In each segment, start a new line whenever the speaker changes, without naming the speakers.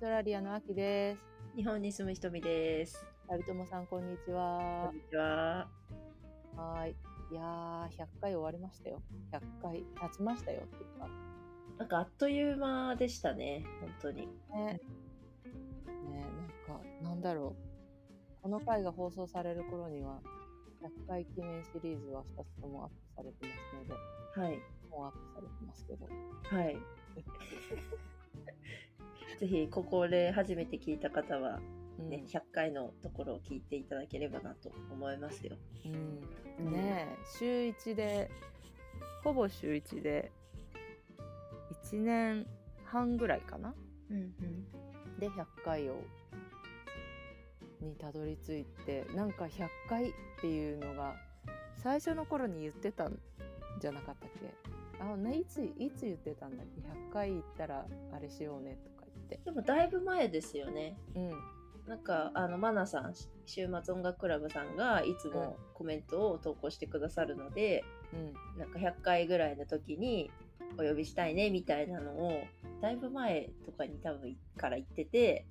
タリアの秋です。
日本に住むひとみです。
二人ともさん、こんにち
こ
は
ん。にちは。
はーい。いやー、100回終わりましたよ。100回経ちましたよっていうか。
なんかあっという間でしたね、本当に。
ね。ねなんか、なんだろう。この回が放送される頃には、100回記念シリーズは2つともアップされてますので、
はい。
もうアップされてますけど。
はい。ぜひ、ここで初めて聞いた方は、
うん
ね、100回のところを聞いていただければなと思いますよ。
うん、ねえ週1でほぼ週1で1年半ぐらいかな
うんうん。
で100回をにたどり着いてなんか100回っていうのが最初の頃に言ってたんじゃなかったっけあないついつ言ってたんだっけ100回行ったらあれしようねとか言って
でも、だいぶ前ですよね。
うん
なんか、あの、マナさん、週末音楽クラブさんがいつもコメントを投稿してくださるので、
うん
なんか100回ぐらいの時にお呼びしたいねみたいなのをだいぶ前とかに多分から言ってて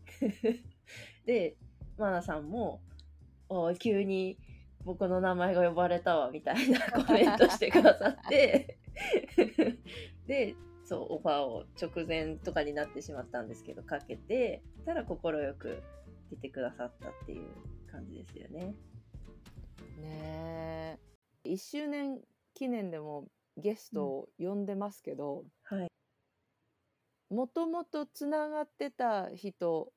でマナさんも「おい急に僕の名前が呼ばれたわ」みたいなコメントしてくださってでそうオファーを直前とかになってしまったんですけどかけてたら快く出てくださったっていう感じですよね。
ねえ1周年記念でもゲストを呼んでますけど、
はい
もともとつながってた人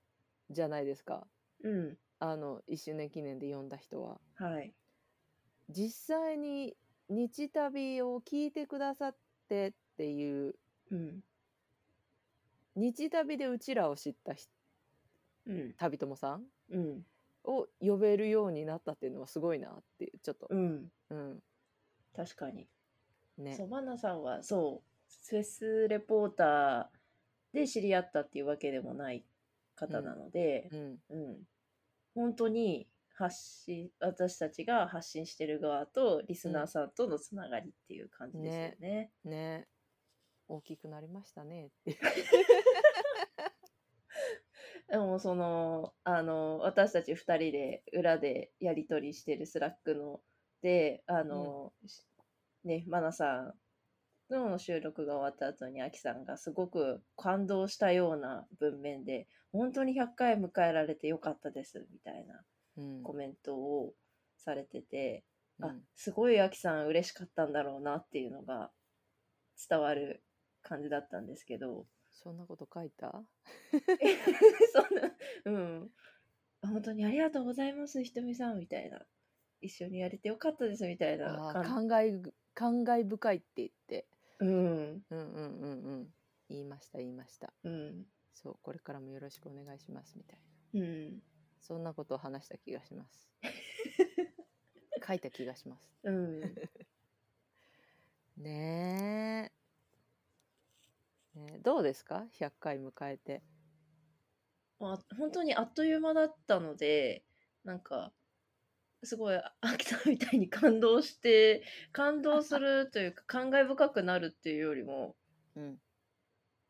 じゃないですか
うん
あの1周年記念で呼んだ人は。
はい、
実際に「日旅」を聞いてくださってっていう
うん
「日旅」でうちらを知ったひ
うん
旅友さん
うん
を呼べるようになったっていうのはすごいなっていうちょっと、
うん
うん
確かに
ね
そうマナさんはそうスェスレポーターで知り合ったっていうわけでもない方なので、
うん
うん本当に発信私たちが発信してる側とリスナーさんとのつながりっていう感じですよね。
ね大きくなりましたねっていう
でもそのあの私たち2人で裏でやり取りしてるスラックのであの、しねマナさんの収録が終わった後にアキさんがすごく感動したような文面で本当に100回迎えられてよかったですみたいな
うん
コメントをされてて、
う
あ
ん
すごいアキさん嬉しかったんだろうなっていうのが伝わる感じだったんですけど。
そんなこと書いた
そんな、うん。本当にありがとうございます、ひとみさん、みたいな。一緒にやれてよかったです、みたい
あ
な
ー感
感
慨ぐ感慨深いって言って
じ。うん、
うんうんうんうん言いました言いました
うん、
そうこれからもよろしくお願いしますみたいな
うん、
そんなことを話した気がします書いた気がします
うん。
ねえねえどうですか100回迎えて
まあ、本当にあっという間だったので、なんか、すごい、秋さんみたいに感動して、感動するという か、感慨深くなるっていうよりも、
うん、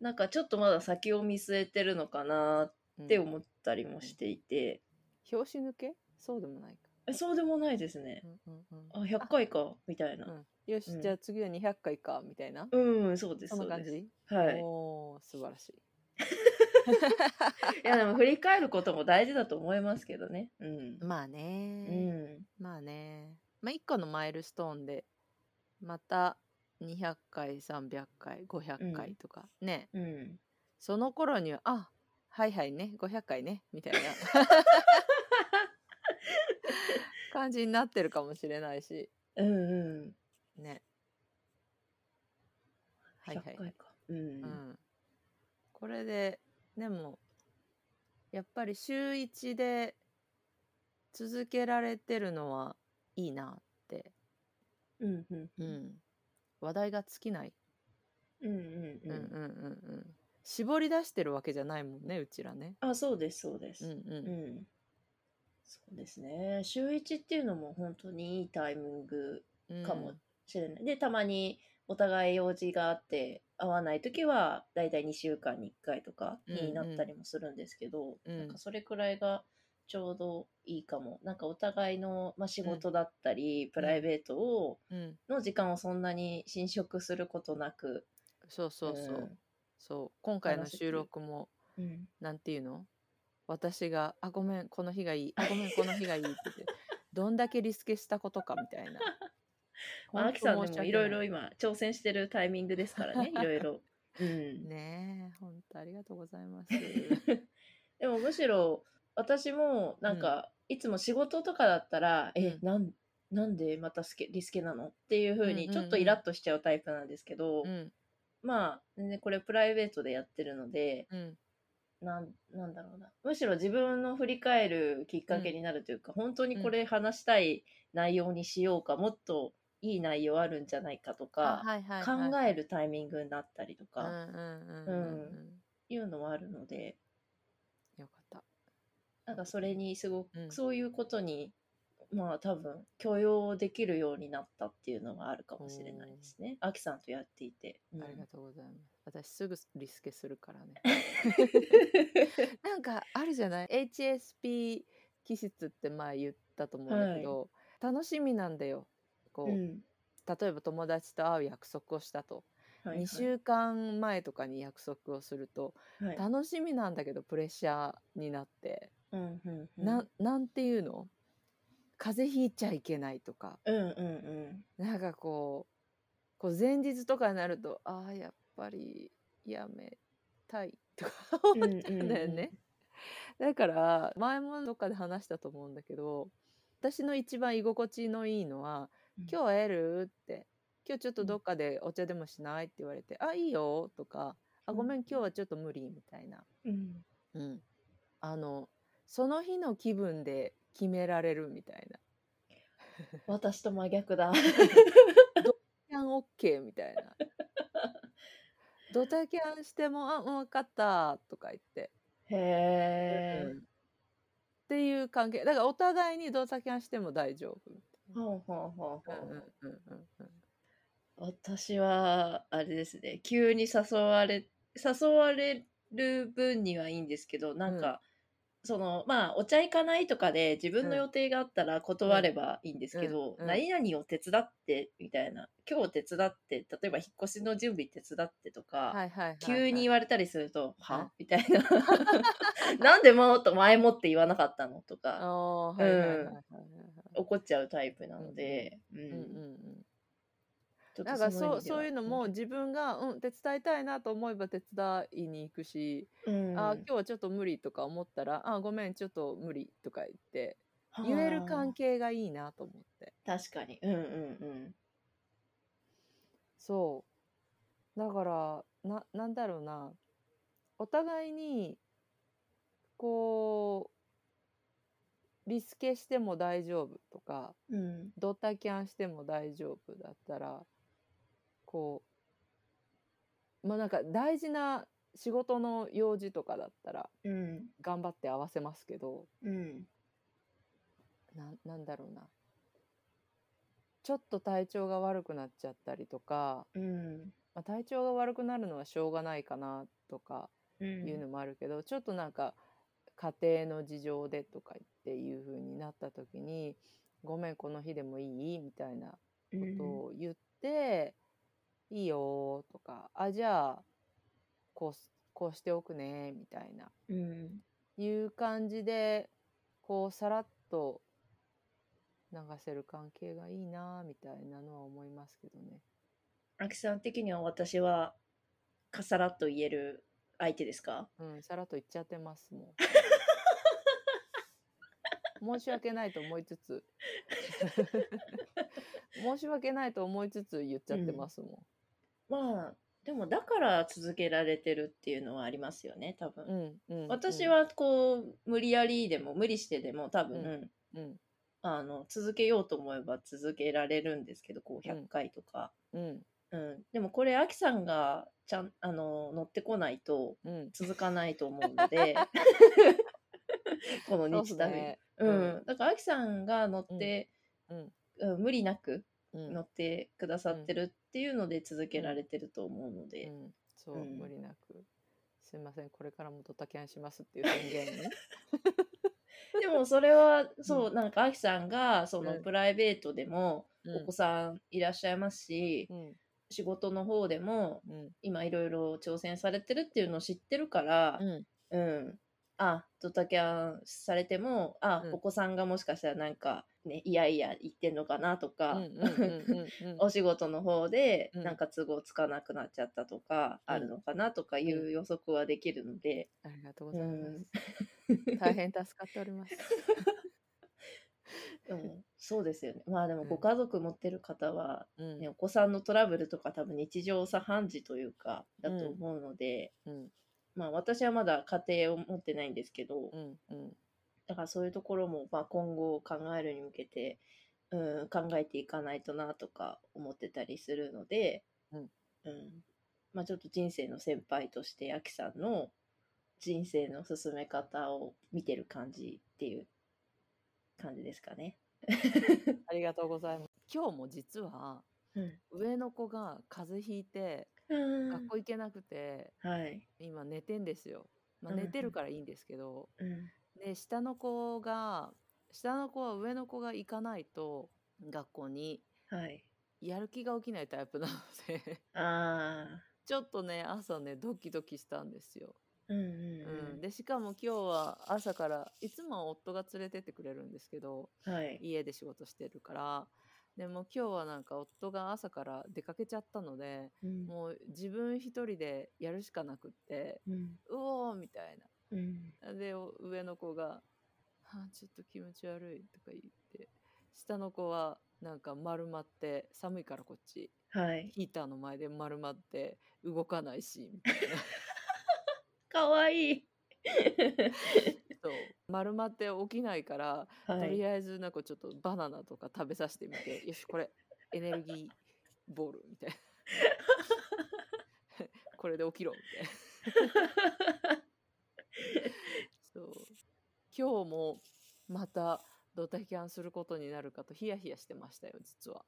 なんかちょっとまだ先を見据えてるのかな
うん
って思ったりもしていて、
拍子抜けそうでもないか、
えそうでもないですね
う。んうんうん
あ、100回か、みたいな
う。ん、よし、
うん
じゃあ次は200回かみたいな、
うん、そうです。
そんな感
うで
じ、
すはい。
おー素晴らしい
いや、でも振り返ることも大事だと思いますけどね。うん。
まあ
う
ね
ん。
まあねまあ一個のマイルストーンでまた200回300回500回とか、ね
うん。
その頃にはあはいはいね500回ねみ たいな感じになってるかもしれないし
うんうん。
ねはいはい
100
は
回
い、
か。うん
う。ん、これででもやっぱり週1で続けられてるのはいいなって
うんうん。
う。ん、話題が尽きない、
うんうん
うん
う
うん
ん。
うんうん、絞り出してるわけじゃないもんねうちらね。
あ、そうです、そうで
うん
す。
うん
うん。そうですね。週一っていうのも本当にいいタイミング
うん
かもしれない。で、たまにお互い用事があって会わない時はだいたい2週間に1回とか
うんうん
になったりもするんですけど、
うん
なんかそれくらいがちょうどいいかもなんかお互いの、まあ、仕事だったり、プライベートを
うん、
の時間をそんなに侵食することなく、
そうそうそう、
うん
そう今回の
話聞い
収録もなんていうの私が「あごめんこの日がいいあごめんこの日がいい」って言って どんだけリスケしたことかみたいな。
まあ、
ほ
ア
ん
キ
と
さんで
申し
も
訳
いろい
な
ろ今挑戦してるタイミングですから ねいろいろ。うん
ねえ、本当ありがとうござい ます。
でもむしろ私もなんか、いつも仕事とかだったら、
うん
えなんなんでまたスケリスケなのっていう
う
風
んうんう
に
ん
ちょっとイラッとしちゃうタイプなんですけど、
うん、
まあ全然これプライベートでやってるので
うん、
なんなんだろうなむしろ自分の振り返るきっかけになるというか、本当にこれ話したい内容にしようかもっといい内容あるんじゃないかとか、
あはいはいはい、
考えるタイミングになったりと
うん
か
うんうんうんうん
いうのはあるので。
よかった。
なんかそれにすごく、
うん
そういうことにまあ多分許容できるようになったっていうのがあるかもしれないですね。あきさんとやっていて。うん
ありがとうございます。私すぐリスケするからね。なんかあるじゃない ?HSP 気質って前言ったと思うんだけど、楽しみなんだよ。 こう、
うん
例えば友達と会う約束をしたと、
はい
2週間前とかに約束をすると、
はいはい
楽しみなんだけどプレッシャーになって、
うんうんうん
ななんていうの風邪ひいちゃいけないとか
うんうん
なんかこうこう前日とかになるとああやっぱりやめたいとか
うん
思っちゃうんだよね。
うんうんうん
だから前もどっかで話したと思うんだけど私の一番居心地のいいのは
うん
「今日会える?」って「今日ちょっとどっかでお茶でもしない?」って言われて「あいいよ」とか「あごめん今日はちょっと無理」みたいな。
うん。
うん、あのその日の気分で決められるみたいな。
私と真逆だ。
キャンオッケーみたいな。 ドタキャンしても「あうん分かった」とか言って、
へえ
うん。っていう関係だからお互いにドタキャンしても大丈夫。
ほうほうほうほ
うんう
うん
うんうんうん
私はあれですね急に誘われ誘われる分にはいいんですけどなんか、そのまあお茶行かないとかで自分の
うん
予定があったら断ればいいんですけ
う
ど
ん、うん
何々を手伝ってみたいな今日手伝って例えば引っ越しの準備手伝ってと
は
か、
いはいはいはい
急に言われたりすると「は
はい
みたいな 「なんでもっと前もって言わなかったの?」とか
あーはいはいはいはいはい
怒っちゃうタイプなので、うん
うんうんうん
ちょっと
なんかそう
そ
そ
の
う
意
いう
味では
のも、自分が、うん、手伝いたいなと思えば手伝いに行くし、
うん
あー今日はちょっと無理とか思ったら「あーごめんちょっと無理」とか言って言える
係
関係がいいなと思って
確かに。うんうん
そうだからななんだろうなお互いにこうリスケしても大丈夫とか
うん。うん。
ドタキャンしても大丈夫だったらこうまあなんか大事な仕事の用事とかだったら
うん。
頑張って合わせますけど
うん。
なんなんだろうなちょっと体調が悪くなっちゃったりとか、
うん。
まあ、体調が悪くなるのはしょうがないかなとか
う。
いうんのもあるけど、ちょっとなんか家庭の事情でとか言っていう風になった時に「ごめんこの日でもいい?」みたいなことを言って「いいよ」とか「あじゃあこうすこうしておくね」みたいな
うん。
いう感じでこうさらっと流せる関係がいいなみたいなのは思いますけどね。
あきさん的には私は、かさらっと言える相手ですか
うん、さらっと言っちゃってますも ん。申し訳ないと思いつつ 申し訳ないと思いつつ言っちゃってますもん。
まあ、でもだから続けられてるっていうのはありますよね、多分。
うんうんうん
私、はこう、無理やりでも、無理してでも、多分、
うんうん
あの、続けようと思えば続けられるんですけど、こう、
うん
100回とか。
うん
うん。でもこれ、あきさんが、ちゃん、あの、乗ってこないと、
うん、
続かないと思 うのでこの
そうっ
日
す
旅う,、
ね
んだからアキさんが乗って、
うん
うん無理なく
うん
乗ってくださってるっていうので続けられてると思うので、
うん、そう、
うん
無理なく。すいません、これからもドタキャンしますっていう宣言ね。
でもそれはそう、
うん
なんかアキさんがその
うん
プライベートでも
うん
お子さんいらっしゃいますし、
うん、
仕事の方でも
うん、
今いろいろ挑戦されてるっていうのを知ってるから、
うん、
うん。あ、ドタキャンされても、あ、
うん
お子さんがもしかしたらなんか、ね、いやいや言ってんのかなと
う
か、
ん、うん、うん、うん
お仕事の方で
うん
なんか都合つかなくなっちゃったとか、
うん
あるのかなとかいう予測はできるので、
ありがとうございます。大変助かっており ます。
うんそうですよね。まあでも
うん
ご家族持ってる方は、
うん
ね、、お子さんのトラブルとか多分日常茶飯事というか、だと思うので、
うん、
まあ私はまだ家庭を持ってないんですけど、
うん、うん。
だからそういうところも、まあ、今後考えるに向けて、うん、考えていかないとなとか思ってたりするので、
うん
うんまあ、ちょっと人生の先輩としてアキさんの人生の進め方を見てる感じっていう感じですかね。
ありがとうございます。今日も実は、
うん
上の子が風邪ひいて、学校行けなくて、
はい、
今寝てんですよ。まあ、
うん
寝てるからいいんですけど、
うん
で、下の子が、下の子は上の子が行かないと、学校に
はい、
やる気が起きないタイプなので、
ああ、
ちょっとね、朝ね、ドキドキしたんですよ。
うんう
うん、
ん
で、しかも今日は朝から、いつもは夫が連れてってくれるんですけど、
うん、はい、
家で仕事してるからでも今日はなんか夫が朝から出かけちゃったので
うん
もう自分一人でやるしかなくって
うん
うおーみたい
うん
なでお上の子が「はあちょっと気持ち悪い」とか言って下の子はなんか丸まって寒いからこっち
はい、
ヒーターの前で丸まって動かないしみたい な
かわいい。
そう丸まって起きないから
は
とり
い、
あえずなんかちょっとバナナとか食べさせてみて、よしこれエネルギーボールみたい なこれで起きろみたいなそう今日もまたドタキャンすることになるかとヒヤヒヤしてましたよ実は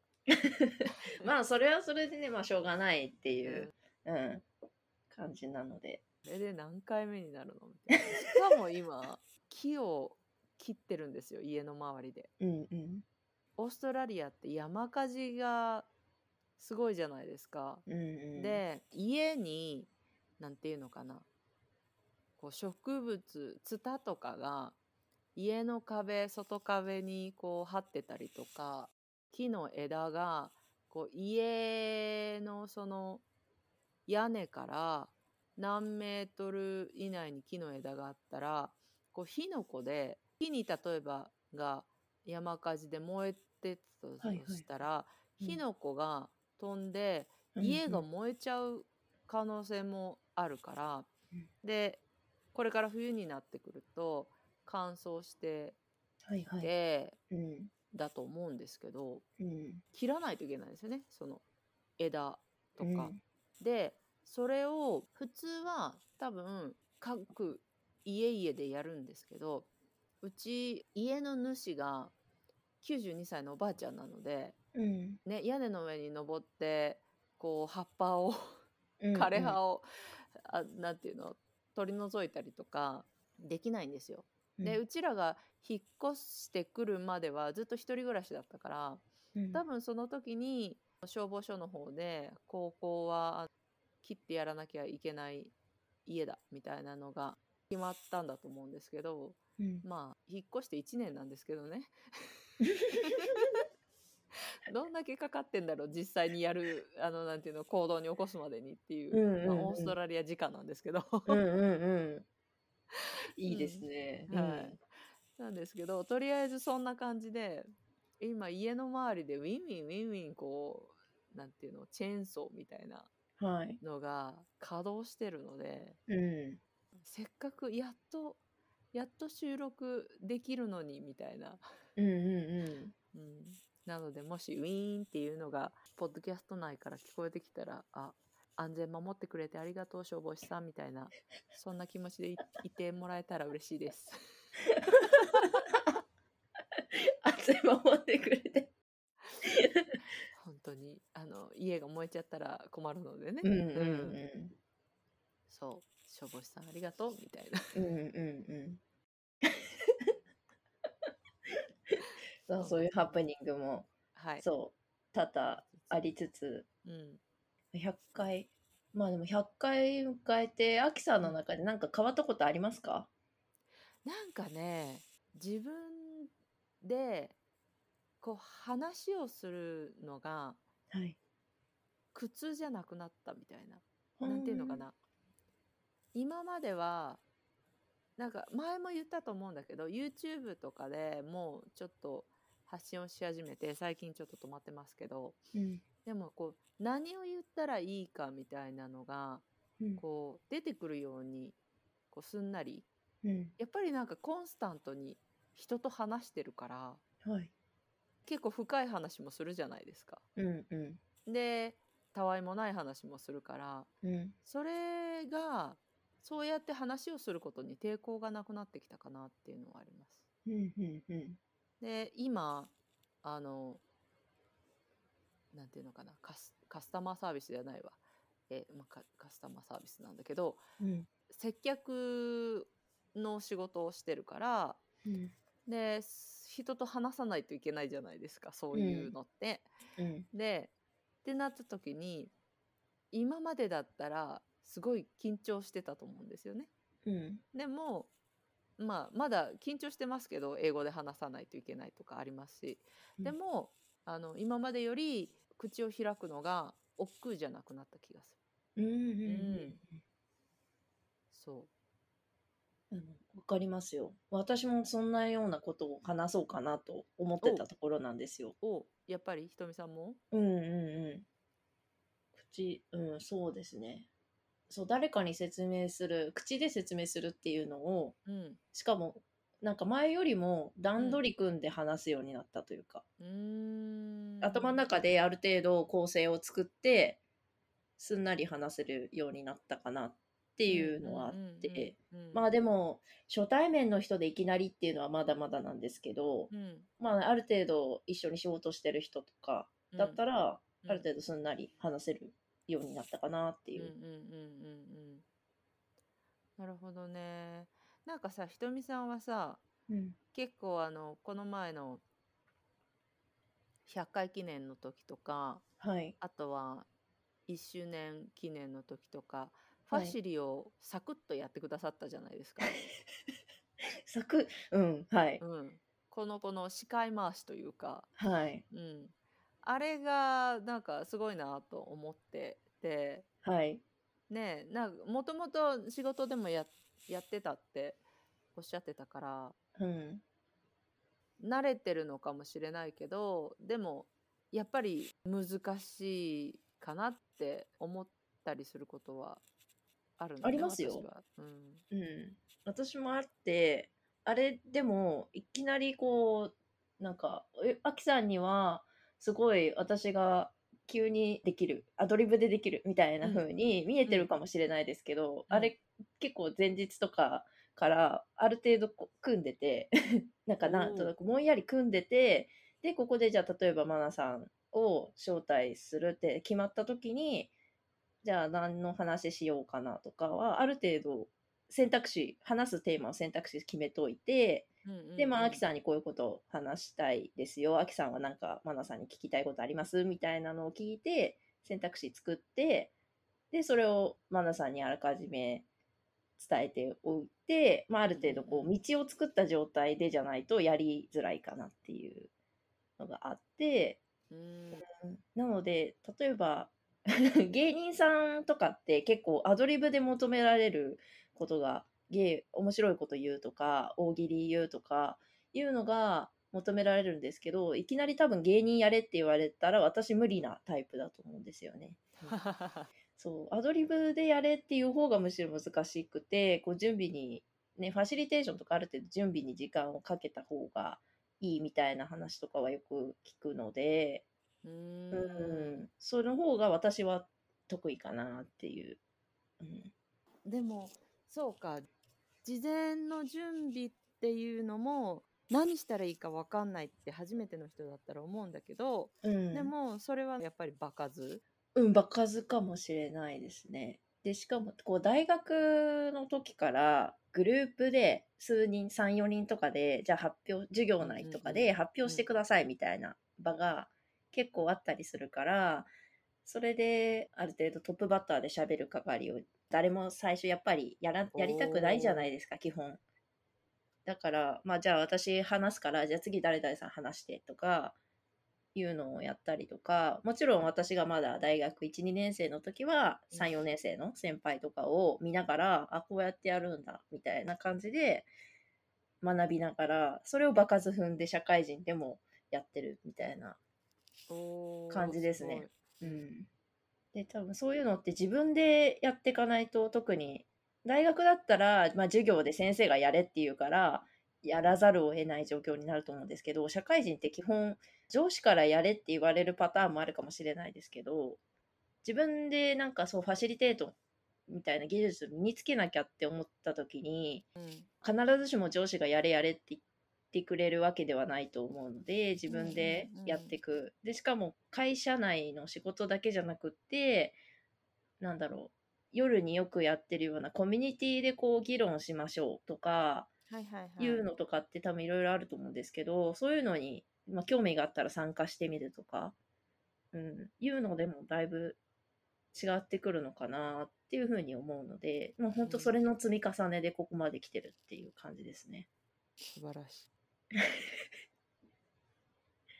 まあそれはそれでねまあしょうがないっていう、うん感じなので
それで何回目になるのみたいなしかも今 木を切ってるんですよ家の周りで
うんうん
オーストラリアって山火事がすごいじゃないですか
うんうん
で家になんていうのかなこう植物ツタとかが家の壁外壁にこう張ってたりとか木の枝がこう家のその屋根から何メートル以内に木の枝があったらこう火の粉で木に例えばが山火事で燃えてたと
はいはい
したら、
うん
火の粉が飛んで、
うんうん
家が燃えちゃう可能性もあるから、
うん
でこれから冬になってくると乾燥して
はいはい
て、
うん
だと思うんですけど
うん
切らないといけないんですよねその枝と
うん
か。でそれを普通は多分各家々でやるんですけどうち家の主が92歳のおばあちゃんなので、
うん
ね、屋根の上に登ってこう葉っぱを。
うん
枯れ葉を、あなんていうの取り除いたりとかできないんですよ。で、うちらが引っ越してくるまではずっと一人暮らしだったから
うん
多分その時に消防署の方で高校はあ切ってやらなきゃいけない家だみたいなのが決まったんだと思うんですけど
うん
まあ引っ越して1年なんですけど ねどんだけかかってんだろう実際にやるあのなんていうの行動に起こすまでにっていう
うんうんうん
まあオーストラリア時間なんですけど、
うんうん うんいいですね、
うんはいなんですけどとりあえずそんな感じで今家の周りでウィンウィンウィンウィンこうなんていうのチェーンソーみたいな
うんはい
のが稼働してるので
うん
せっかくやっとやっと収録できるのにみたいな
うんう
う
ん
ん、なのでもしウィーンっていうのがポッドキャスト内から聞こえてきたらあ安全守ってくれてありがとう消防士さんみたいなそんな気持ちでいいてもらえたら嬉しいです。
熱い守ってくれて
本当にあの家が燃えちゃったら困るのでね、
うんうん
うん
う
そう消防士さんありがとうみたいな
ん。うんうんうん。そうそういうハプニングも、
はい
そう、多々ありつつ、
うん
100回、まあでも100回迎えて、アキさんの中で何か変わったことありますか
なんかね自分でこう話をするのが
はい。
苦痛じゃなくなったみたいななんていうのかな今まではなんか前も言ったと思うんだけど YouTube とかでもうちょっと発信をし始めて最近ちょっと止まってますけど
うん。
でもこう何を言ったらいいかみたいなのが
うん。
こう出てくるようにこうすんなり
うん。
やっぱりなんかコンスタントに人と話してるから
はい。
結構深い話もするじゃないですか。
うんうん。
でたわいもない話もするから
うん。
それがそうやって話をすることに抵抗がなくなってきたかなっていうのはあります。
うんうんうん。
で今あのなんていうのかなカスカスタマーサービスじゃないわ、えまあ、カカスタマーサービスなんだけど
うん
接客の仕事をしてるから
うん。
で人と話さないといけないじゃないですかそういうのって。
うん。
でってなった時に今までだったらすごい緊張してたと思うんですよね。
うん。
でも、まあ、まだ緊張してますけど英語で話さないといけないとかありますし
うん
でも、あの今までより口を開くのが億劫じゃなくなった気がする。
うんうん
うんそ
うん。わかりますよ。私もそんなようなことを話そうかなと思ってたところなんですよ。
うをやっぱりひとみさんも
うんうんうん。口、うん、そうですね。そう、誰かに説明する、口で説明するっていうのを、
うん
しかも、なんか前よりも段取り組んで話すようになったというか、
うーん
頭の中である程度構成を作って、すんなり話せるようになったかなっていうのはあって、
うんうんうんうん
まあでも、初対面の人でいきなりっていうのはまだまだなんですけど、
うん
まあある程度一緒に仕事してる人とかだったら、
うん
ある程度すんなり話せるようになったかなってい
うん
う。
うんうんうんうんなるほどねなんかさひとみさんはさ
うん、
結構あのこの前の100回記念の時とか
はい。
あとは1周年記念の時とかフ
はい
ァシリをサクッとやってくださったじゃない ですか、
サクうん、はい。
うん、このこの司会回しというか、
はい。
うん、あれがなんかすごいなと思ってて
はい。
ねえなんかもともと仕事でもややってたっておっしゃってたから
うん。
慣れてるのかもしれないけどでもやっぱり難しいかなって思ったりすることはあるのね
ありますよ
私はうん
うん。私もあって、あれでも、いきなりこう、なんか、えアキさんには、すごい私が急にできる、アドリブでできるみたいな風に見えてるかもしれないですけど、
うん
あれ結構前日とかからある程度こう組んでて、 なんかなんとなくぼんやり組んでて、で、ここでじゃあ例えばマナさんを招待するって決まった時に、じゃあ何の話しようかなとかは、ある程度選択肢、話すテーマを選択肢決めといて、
うんうんうん
で、まあ、アキさんにこういうことを話したいですよ。アキさんはなんか、マナさんに聞きたいことありますみたいなのを聞いて、選択肢作って、で、それをマナさんにあらかじめ伝えておいて、まあ、ある程度、こ
うん
う、道を作った状態でじゃないとやりづらいかなっていうのがあって、
うん
なので、例えば、 芸人さんとかって結構アドリブで求められることが、芸、面白いこと言うとか、大喜利言うとか、いうのが求められるんですけど、いきなり多分芸人やれって言われたら私無理なタイプだと思うんですよね。そう、アドリブでやれっていう方がむしろ難しくて、こう準備に、ね、ファシリテーションとかある程度準備に時間をかけた方がいいみたいな話とかはよく聞くので、
う
うんん、その方が私は得意かなっていう。うん、
でもそうか事前の準備っていうのも何したらいいか分かんないって初めての人だったら思うんだけど、
うん、
でもそれはやっぱり場数
うん、場数かもしれないですね。で、しかも、こう、大学の時から、グループで数人、3、4人とかで、じゃあ発表、授業内とか
うんうんう
で発表してくださいみたいな場が結構あったりするから、それで、ある程度トップバッターで喋る係を、誰も最初やっぱりやら、やりたくないじゃないですか、基本。だから、まあじゃあ私話すから、じゃあ次誰々さん話してとか、いうのをやったりとか、もちろん私がまだ大学1、2年生の時は、3、4年生の先輩とかを見ながら、あ、こうやってやるんだ、みたいな感じで学びながら、それを場数踏んで社会人でもやってるみたいな感じですね。うんで多分そういうのって自分でやっていかないと特に大学だったら、まあ、授業で先生がやれっていうからやらざるを得ない状況になると思うんですけど社会人って基本上司からやれって言われるパターンもあるかもしれないですけど自分でなんかそうファシリテートみたいな技術身につけなきゃって思った時に
うんうん
必ずしも上司がやれやれって言ってくれるわけではないと思うので自分でやっていく、でしかも会社内の仕事だけじゃなくってなんだろう夜によくやってるようなコミュニティでこう議論しましょうとか
はいはいはい
いうのとかって多分いろいろあると思うんですけど、そういうのに、まあ、興味があったら参加してみるとか、うん、いうのでもだいぶ違ってくるのかなっていうふうに思うので、まあ、本当それの積み重ねでここまで来てるっていう感じですね。
素晴らしい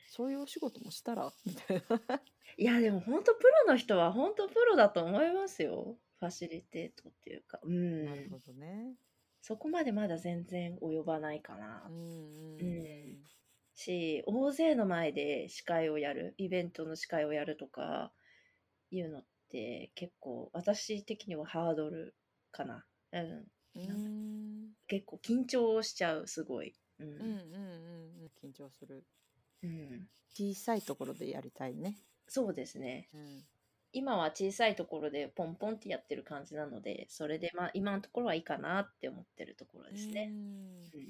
そういうお仕事もしたらみたいない
や、でも本当プロの人は本当プロだと思いますよ。ファシリテートっていうか、うん、
なるほどね
そこまでまだ全然及ばないかな
うんうん
うんし大勢の前で司会をやるイベントの司会をやるとかいうのって結構私的にはハードルかな、うん、
うん
な
うん
結構緊張しちゃうすごい、う
うんうん
ん
うん緊張する
うん、
小さいところでやりたいね
そうですね
うん
今は小さいところでポンポンってやってる感じなのでそれでまあ今のところはいいかなって思ってるところですね
う、ん
う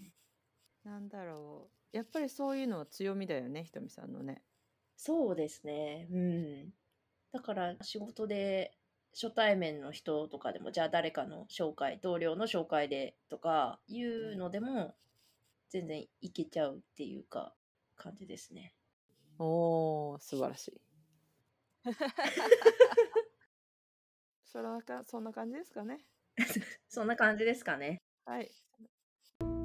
ん
なんだろうやっぱりそういうのは強みだよねひとみさんのね
そうですね。うん。だから仕事で初対面の人とかでも、じゃあ誰かの紹介、同僚の紹介でとかいうのでも、全然いけちゃうっていうか、感じですね。
おー素晴らし いそれはかそんな感じですかね
そんな感じですかね。
はい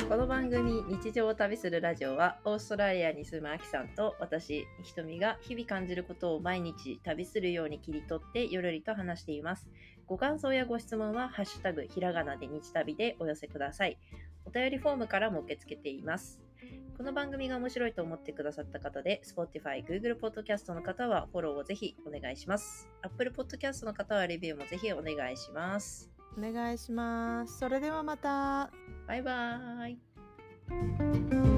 この番組「日常を旅するラジオは」オーストラリアに住むアキさんと私ひとみが日々感じることを毎日旅するように切り取ってゆるりと話していますご感想やご質問は「ハッシュタグひらがなで日旅」でお寄せくださいお便りフォームからも受け付けていますこの番組が面白いと思ってくださった方で Spotify、Google Podcast の方はフォローをぜひお願いします Apple Podcast の方はレビューもぜひお願いします
お願いしますそれではまた
バイバーイ